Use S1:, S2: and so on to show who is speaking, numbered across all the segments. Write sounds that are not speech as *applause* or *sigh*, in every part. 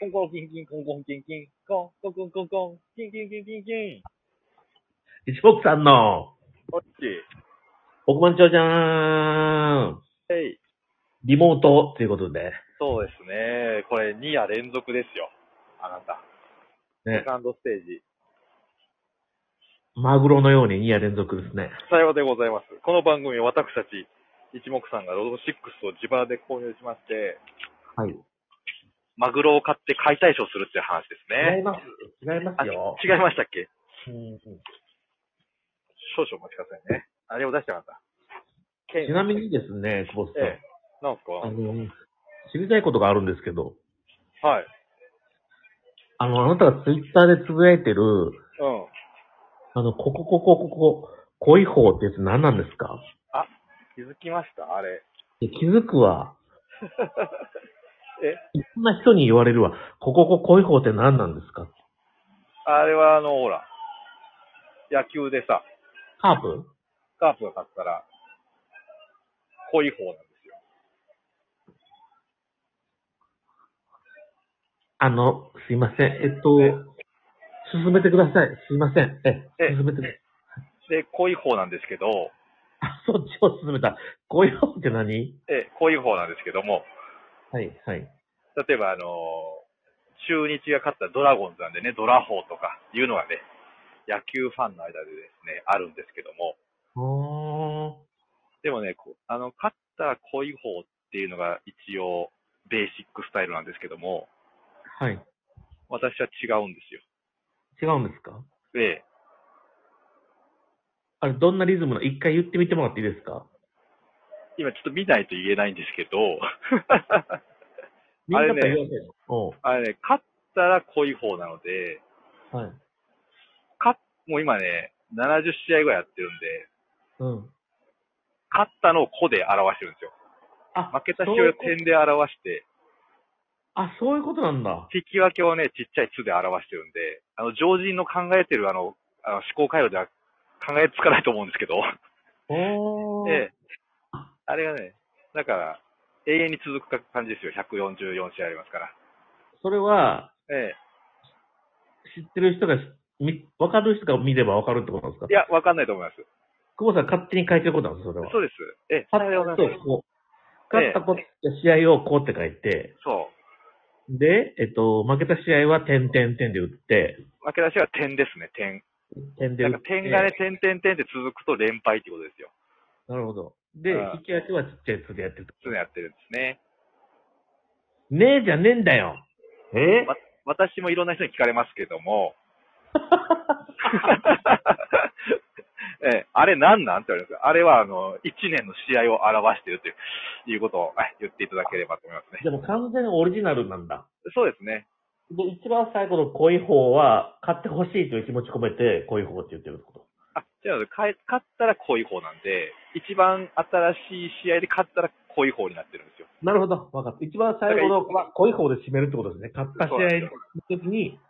S1: コンコンキンキン、コンコンキンキン、コン、コンコンコンコン、キンキンキンキンキン。
S2: 一目さんの、
S1: おっち。
S2: 億万長者ーん。
S1: はい。
S2: リモートということで。
S1: そうですね。これ2夜連続ですよ。あなた。セ
S2: ね。
S1: カンドステージ。
S2: マグロのように2夜連続ですね。
S1: さようでございます。この番組、私たち、一目さんがロード6を自腹で購入しまして、
S2: はい。
S1: マグロを買って解体ショーするっていう話です
S2: 違
S1: ね。
S2: います。違いま
S1: あ
S2: すよ。
S1: 違いましたっけ
S2: うん
S1: 少々お待ちくださいね。あれを出してなかった。
S2: ちなみにですね、久保田さん。
S1: えなんすか
S2: あの、知りたいことがあるんですけど、
S1: はい。
S2: あの、あなたがツイッターでつぶやいてる、
S1: うん。
S2: あの、ここ、ここ、ここ、恋法ってやつ何なんですか
S1: 気づきましたあれ。
S2: いや気づくわ。
S1: え
S2: いろんな人に言われるわ。ここ、ここ、恋法って何なんですか
S1: あれはあの、ほら、野球でさ、
S2: カープ
S1: カープが勝ったら、濃い方なんですよ。
S2: あの、すいません。えっと、進めてください。すいません。え、
S1: え
S2: 進めてく
S1: で、濃い方なんですけど、
S2: あ、そっちを進めた。恋法って何
S1: え、濃い方なんですけども、
S2: はい、はい。
S1: 例えばあのー中日が勝ったドラゴンズなんでね、ドラホーとかいうのがね、野球ファンの間でですね、あるんですけども、
S2: あ
S1: でもね、こあの、勝ったら濃い方っていうのが一応、ベーシックスタイルなんですけども、
S2: ー。はい。
S1: 私は違うんですよ。
S2: 違うんですか
S1: ええ。
S2: あれ、どんなリズムの一回言ってみてもらっていいですか
S1: 今ちょっと見ないと言えないんですけど、
S2: みんな
S1: あれね
S2: と言わせるおう
S1: あれね、勝ったら濃い方なので、
S2: はい。
S1: 勝っもう今ね、70試合ぐらいやってるんで、
S2: うん。
S1: 勝ったのを子で表してるんですよ。
S2: あ
S1: 負けた試
S2: そうい
S1: 合
S2: う
S1: を
S2: こと
S1: 点で表して、
S2: あ、そういうことなんだ。
S1: 引き分けをね、ちっちゃいつで表してるんで、あの、常人の考えてるあの、あの思考回路では考えつかないと思うんですけど、
S2: おー。
S1: ええ。あれがね、だから、永遠に続く感じですよ。144試合ありますから。
S2: それは、
S1: ええ。
S2: 知ってる人がし、み、わかる人が見ればわかるってことなんですか
S1: いや、わかんないと思います。
S2: 久保さん勝手に書いてることなんです、それは。
S1: そうです。ええ、さようでございます。
S2: こう勝ったこと、試合をこうって書いて、
S1: そ
S2: で、えっと、負けた試合は点点点で打って、
S1: う。負け出しは点ですね、点。
S2: 点で
S1: な
S2: 打
S1: ん
S2: っ
S1: か
S2: て。
S1: 点がね、点点点って続くと連敗ってことですよ。
S2: なるほど。で
S1: うん、
S2: 引き当てはちっちゃいつでやってる。
S1: 常にやってるんですね。
S2: ねえじゃねえんだよ。え
S1: わ私もいろんな人に聞かれますけども、 *laughs* ええ、あれなんなんって言われますあれは、あの、1年の試合を表してるという、いうことをはい言っていただければと思いますね。
S2: *laughs* でも完全にオリジナルなんだ。
S1: そうですね。
S2: で、一番最後の恋方は、買ってほしいという気持ち込めて、恋方って言ってるってこと。
S1: あ、じゃあ、かえ勝ったら濃い方なんで、一番新しい試合で勝ったら濃い方になってるんですよ。
S2: なるほど。分かった。一番最後の、まあ、濃い方で締めるってことですね。勝った試合の時に、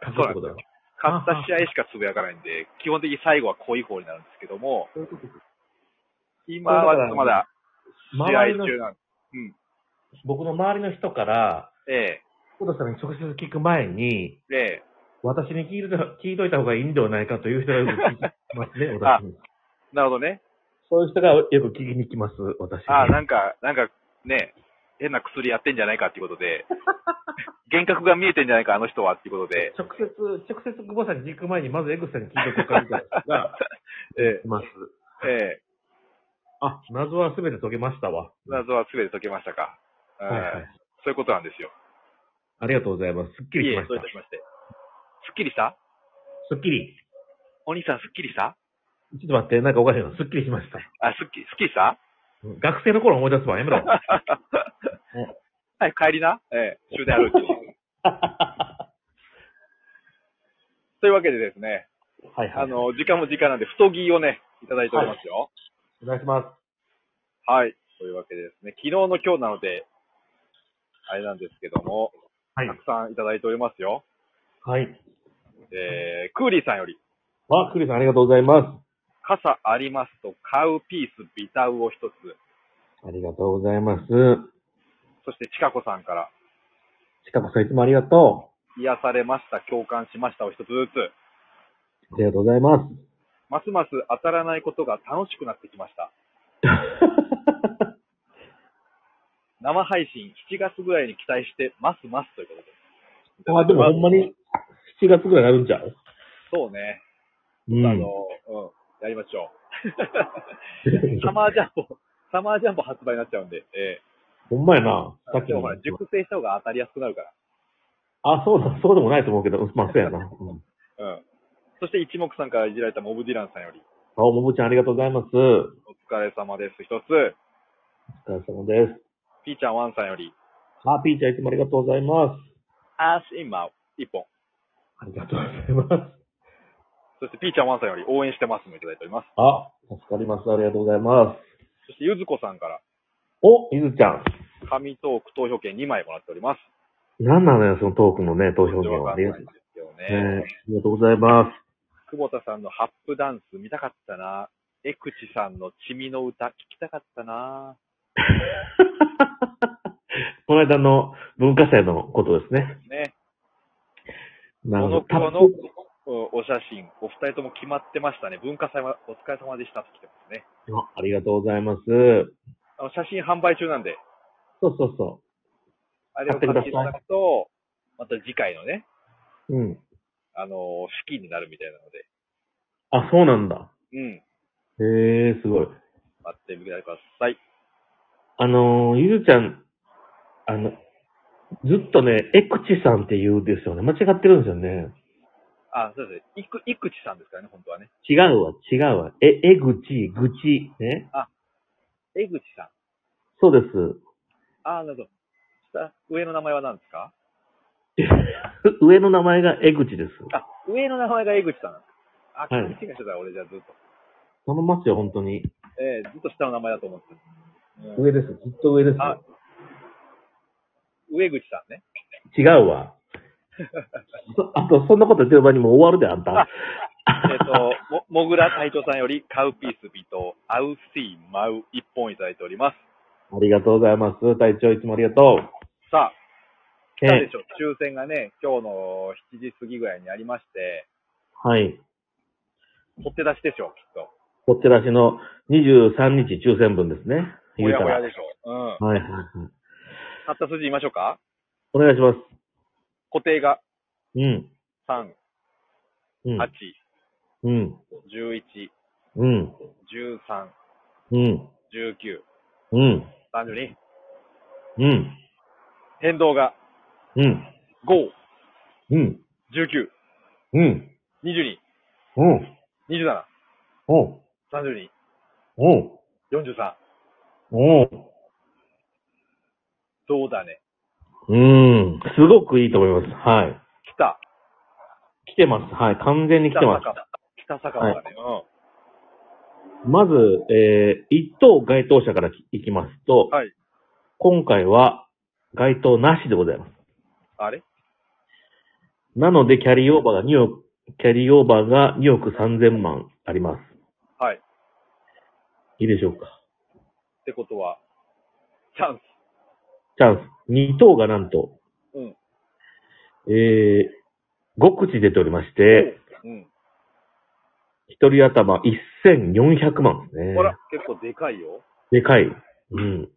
S2: 勝つってことだ。
S1: 勝った試合しかつぶやかないんで、基本的に最後は濃い方になるんですけども、
S2: そういうことです
S1: 今はちょっとまだ試合
S2: 周りの、
S1: 中なんで。
S2: 僕の周りの人から、
S1: え
S2: 小田さんに直接聞く前に、
S1: え、で、
S2: 私に聞いと聞いといた方がいいんではないかという人がよく聞きま
S1: *laughs*
S2: すね、私に。
S1: なるほどね。
S2: そういう人がよく聞きに来ます、私に。
S1: ああ、なんか、なんかね、変な薬やってんじゃないかっていうこと
S2: *laughs*
S1: で、幻覚が見えてんじゃないか、あの人はっていうことで、
S2: 直接、直接久保さんに聞く前に、まずエグさんに聞いとこうかみたいな人が、
S1: え
S2: います。
S1: え、 *laughs* ええ、
S2: あ、謎はすべて解けましたわ。
S1: 謎は全て解けましたか。うん
S2: はいはい
S1: そういうことなんですよ。
S2: ありがとうございます。すっき
S1: い
S2: り
S1: え
S2: しま、し
S1: どうい
S2: た
S1: た。しまして。すっきりした
S2: すっきり。
S1: お兄さんすっきりした
S2: ちょっと待って、なんかおかしいな。すっきりしました。
S1: あ、すっきり、すっきりした
S2: うん学生の頃思い出すわ、や
S1: *laughs*
S2: めろ。
S1: はい、帰りな。ええ、終電あるうち
S2: *laughs*
S1: に。というわけでですね、
S2: はいはい。
S1: あ、の、時間も時間なんで、太着をね、いただいておりますよ。
S2: お願いします。
S1: はい。というわけでですね、昨日の今日なので、あれなんですけども、
S2: はい
S1: た。くさんいただいておりますよ。
S2: はい。
S1: えー、クーリーさんより、
S2: わ、クリさんありがとうございま
S1: 傘ありますと買うピースビタウを一つ。
S2: す。ありがとうございます。
S1: そして、ちかこさんから、
S2: 近子さんいつもありがと
S1: 癒されました、共感しましたを一つずつ。
S2: う。ありがとうございます。
S1: ますます当たらないことが楽しくなってきました。生配信7月ぐらいに期待してますますということで。
S2: あ、 *laughs* でもほんまに7月ぐらいになるんちゃう
S1: そうね。
S2: う。、
S1: あの、うんやりましょう。サマージャンボ、サマージャンボ発売になっちゃうんで、え
S2: *laughs* ほんまやな。
S1: え
S2: さっき
S1: でも
S2: の
S1: ほら、熟成した方が当たりやすくなるから。
S2: あ、そうだ、そうでもないと思うけど、まあ、そうや *laughs* な。うん
S1: うん。そして一目さんからいじられたモブディランさんより、
S2: あ、ももちゃんありがとうございます。お
S1: お疲れ様です。一つ、
S2: 疲れ様です。
S1: ピーちゃんワンさんより、
S2: ハーピーちゃんいつもありがとうございます。
S1: アーシーマー一本。
S2: ありがとうございます。
S1: そしてピーちゃんワンさんより応援してますもいただいております。
S2: あ、助かります。ありがとうございます。
S1: そしてゆずこさんから、
S2: お、ゆずちゃん。
S1: 紙トーク投票券2枚もらっております。
S2: なんなのよ、そのトークのね、投票権は。
S1: わ
S2: あ
S1: かん
S2: り
S1: な
S2: が
S1: い
S2: と
S1: ん
S2: う。
S1: ですけど
S2: ね
S1: ね。
S2: ありがとうございます。
S1: 久保田さんのハップダンス見たかったな。江口さんのチミの歌聞きたかったな。
S2: *laughs* この間の文化祭のことですね。
S1: ね。
S2: な
S1: こ
S2: るほ
S1: の
S2: ど。タ
S1: 子
S2: ッ
S1: の
S2: プ
S1: おお写真、お二人とも決まってましたね。文化祭はお疲れ様でしたと来てますね。
S2: あありがとうございます。
S1: あの写真販売中なんで、
S2: そうそうそ
S1: あれを
S2: 買
S1: 買
S2: っ
S1: っててい
S2: くださ
S1: た
S2: い
S1: だくと、また次回のね、
S2: う。うん。
S1: あのー、資金になるみたいなので、
S2: あ、そうなんだ。
S1: うん。
S2: へえ、すごい。
S1: 待ってみてください。
S2: あのー、ゆずちゃん、あの、ずっとね、えくちさんって言うんですよね。間違ってるんですよね。
S1: あ、そうですね。いく、いくちさんですからね、本当はね。
S2: 違うわ、違うわ。え、えぐち、ぐち。ね。
S1: 江口さん。
S2: そうです。 *laughs*
S1: ああ、なるほど。下、上の名前は何ですか
S2: 上の名前が江口です。
S1: あ、上の名前が江口さんなんです。あ、勘
S2: はい
S1: 違いしてた、俺じゃあずっと。
S2: 頼ますよ、本当に。
S1: えーずっと下の名前だと思ってた。うん
S2: 上です。ずっと上です。
S1: あ上口さんね。
S2: 違
S1: *laughs*
S2: うわ。そあと、そんなこと言ってる場合にもう終わるで、あんた。
S1: えっ、
S2: *laughs*
S1: と、も、もぐら隊長さんより、カウピースビト、アウシーマウ、一本いただいております。
S2: ありがとうございます。隊長、いつもありがと
S1: さあ、
S2: う。
S1: 来たでしょう。抽選がね、今日の7時過ぎぐらいにありまして、
S2: はい。
S1: 取って出しでしょう、きっと。
S2: こっちらしの23日抽選分ですね。
S1: ほや
S2: た
S1: ほ
S2: ら
S1: やでしょう。うん。
S2: はいはいはい。
S1: 買った数字言いましょうか。
S2: お願いします。
S1: 固定が
S2: うん。
S1: 3、
S2: うん。
S1: 8、
S2: うん。
S1: 11、
S2: うん。
S1: 13、
S2: うん。
S1: 19、
S2: うん。
S1: 32。
S2: うん。
S1: 変動が
S2: うん。
S1: 5、
S2: うん。
S1: 19、
S2: うん。
S1: 22、
S2: うん。
S1: 27、
S2: おう。
S1: 32、
S2: おう。
S1: 43。
S2: おう。
S1: どうだね。
S2: うん。すごくいいと思います。はい。
S1: 北。
S2: 来てます。はい。完全に来てます。
S1: 坂北坂本だね。
S2: まず、えー、一等該当者からきいきますと、
S1: はい
S2: 今回は該当なしでございます。
S1: うん。あれ
S2: なので、キャリーオーバーが2億、キャリーオーバーが2億3000万あります。
S1: はい。っ
S2: いいでしょうか。
S1: てことは、チャンス。
S2: チャンス。2等がなんと、
S1: うん。
S2: えー、5口出ておりまして、
S1: うん。
S2: 1人頭1400万ですね。
S1: ほら、結構でかいよ。
S2: でかい。うん。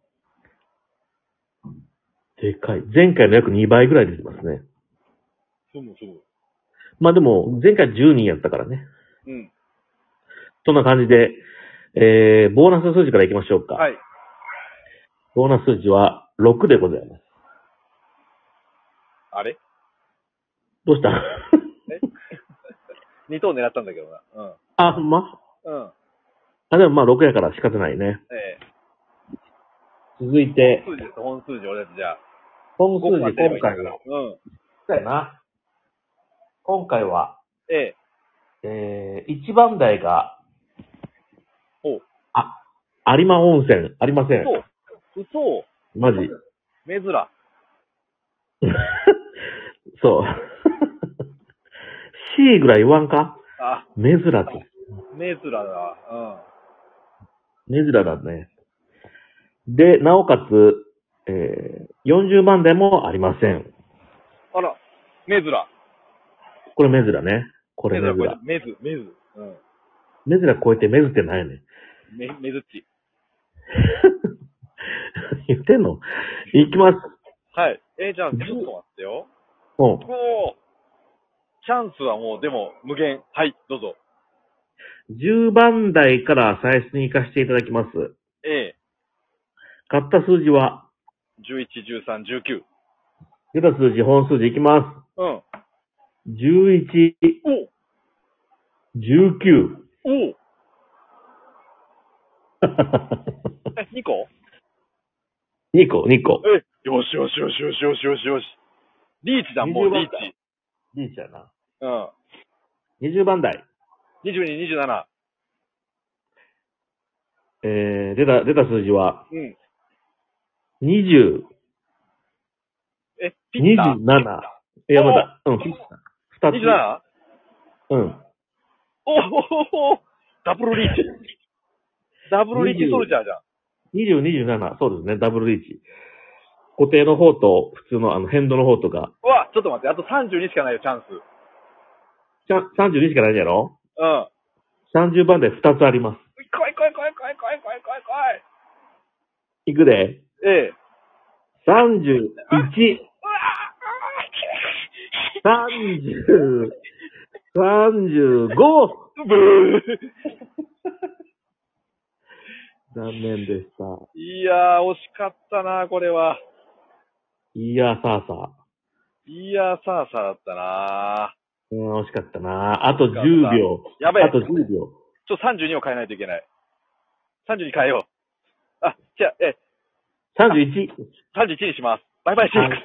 S2: でかい。前回の約2倍ぐらい出てますね。
S1: すむすむ。
S2: まあでも、前回10人やったからね。
S1: うん。
S2: そんな感じで、えー、ボーナス数字からいきましょうか。。
S1: はいい。
S2: ボーナス数字は6でございます。
S1: あれ
S2: どうした
S1: ?2 等狙ったんだけどな。
S2: あ、ほんま
S1: うん。うん。
S2: あ、でもまあ6やから仕方ないね。
S1: え
S2: 続い
S1: え
S2: て、
S1: 数字です。本数字、俺たちじゃあ。
S2: 本数
S1: 5個当
S2: 字今
S1: てればいいか
S2: 回
S1: ら
S2: は。。
S1: うん。
S2: そうやな。今回は、
S1: ええ。
S2: えー、1番台が、
S1: おう
S2: あ、有馬温泉、ありません。
S1: 嘘嘘
S2: マジ。
S1: メズラ。
S2: そう。C ぐらい言わんか
S1: あ、
S2: メズラと。
S1: メズラだ。
S2: メズラだね。で、なおかつ、えー、40万でもありません。
S1: うあら、メズラ。
S2: これメズラね。これメズラ。
S1: メズ、メズ。うん。
S2: メズラ超えてメズってないねん。 *laughs*
S1: メメズっち。
S2: 言ってんの行きます。
S1: はい。えーじゃあ、ちょっと待ってよ。
S2: うん。
S1: もう、チャンスはもう、でも、無限。はい、どうぞ。
S2: 10番台から最初に行かせていただきます。
S1: A、
S2: 買った数字は、
S1: 11、13、19。
S2: 出た数字、本数字いきま
S1: うん。
S2: す。11、
S1: お
S2: *laughs* 19。
S1: おえ、2個
S2: 2個、2個。
S1: え、よしよしよしよしよしよしよし。リーチだ、もう、
S2: 20
S1: リーチ。
S2: いいじゃな。
S1: うん。
S2: 20番台。
S1: 22、27。
S2: えー、出た、出た数字は、
S1: うん。
S2: 20、
S1: え、ピッター
S2: 27。え、山田。うん、2つ。
S1: 27?
S2: うん。
S1: おおおおダブルリーチ。ダブルリーチソルジャーじゃん。
S2: 20、27。そうですね、ダブルリーチ。固定の方と、普通の、あの、変動の方とか。
S1: うわ、ちょっと待って、あと32しかないよ、チャンス。
S2: ちゃ32しかないんやろ
S1: うん。
S2: ?30 番台2つあります。
S1: 来い来い来い来い来い来い来い来い。
S2: いくで。
S1: ええ。う
S2: 31、
S1: わ
S2: 30、
S1: あ
S2: 35!
S1: ブー
S2: 残念でした。
S1: いやー、惜しかったな、これは。
S2: いや、さあさあ。
S1: いやー、さあさあだったな
S2: うん、惜しかったな。あと10秒。
S1: やべえ
S2: あと10秒。
S1: ちょっと32を変えないといけない。32変えよう。あ、じゃあ、え、
S2: 31。
S1: 31にします。バイバイシェイク。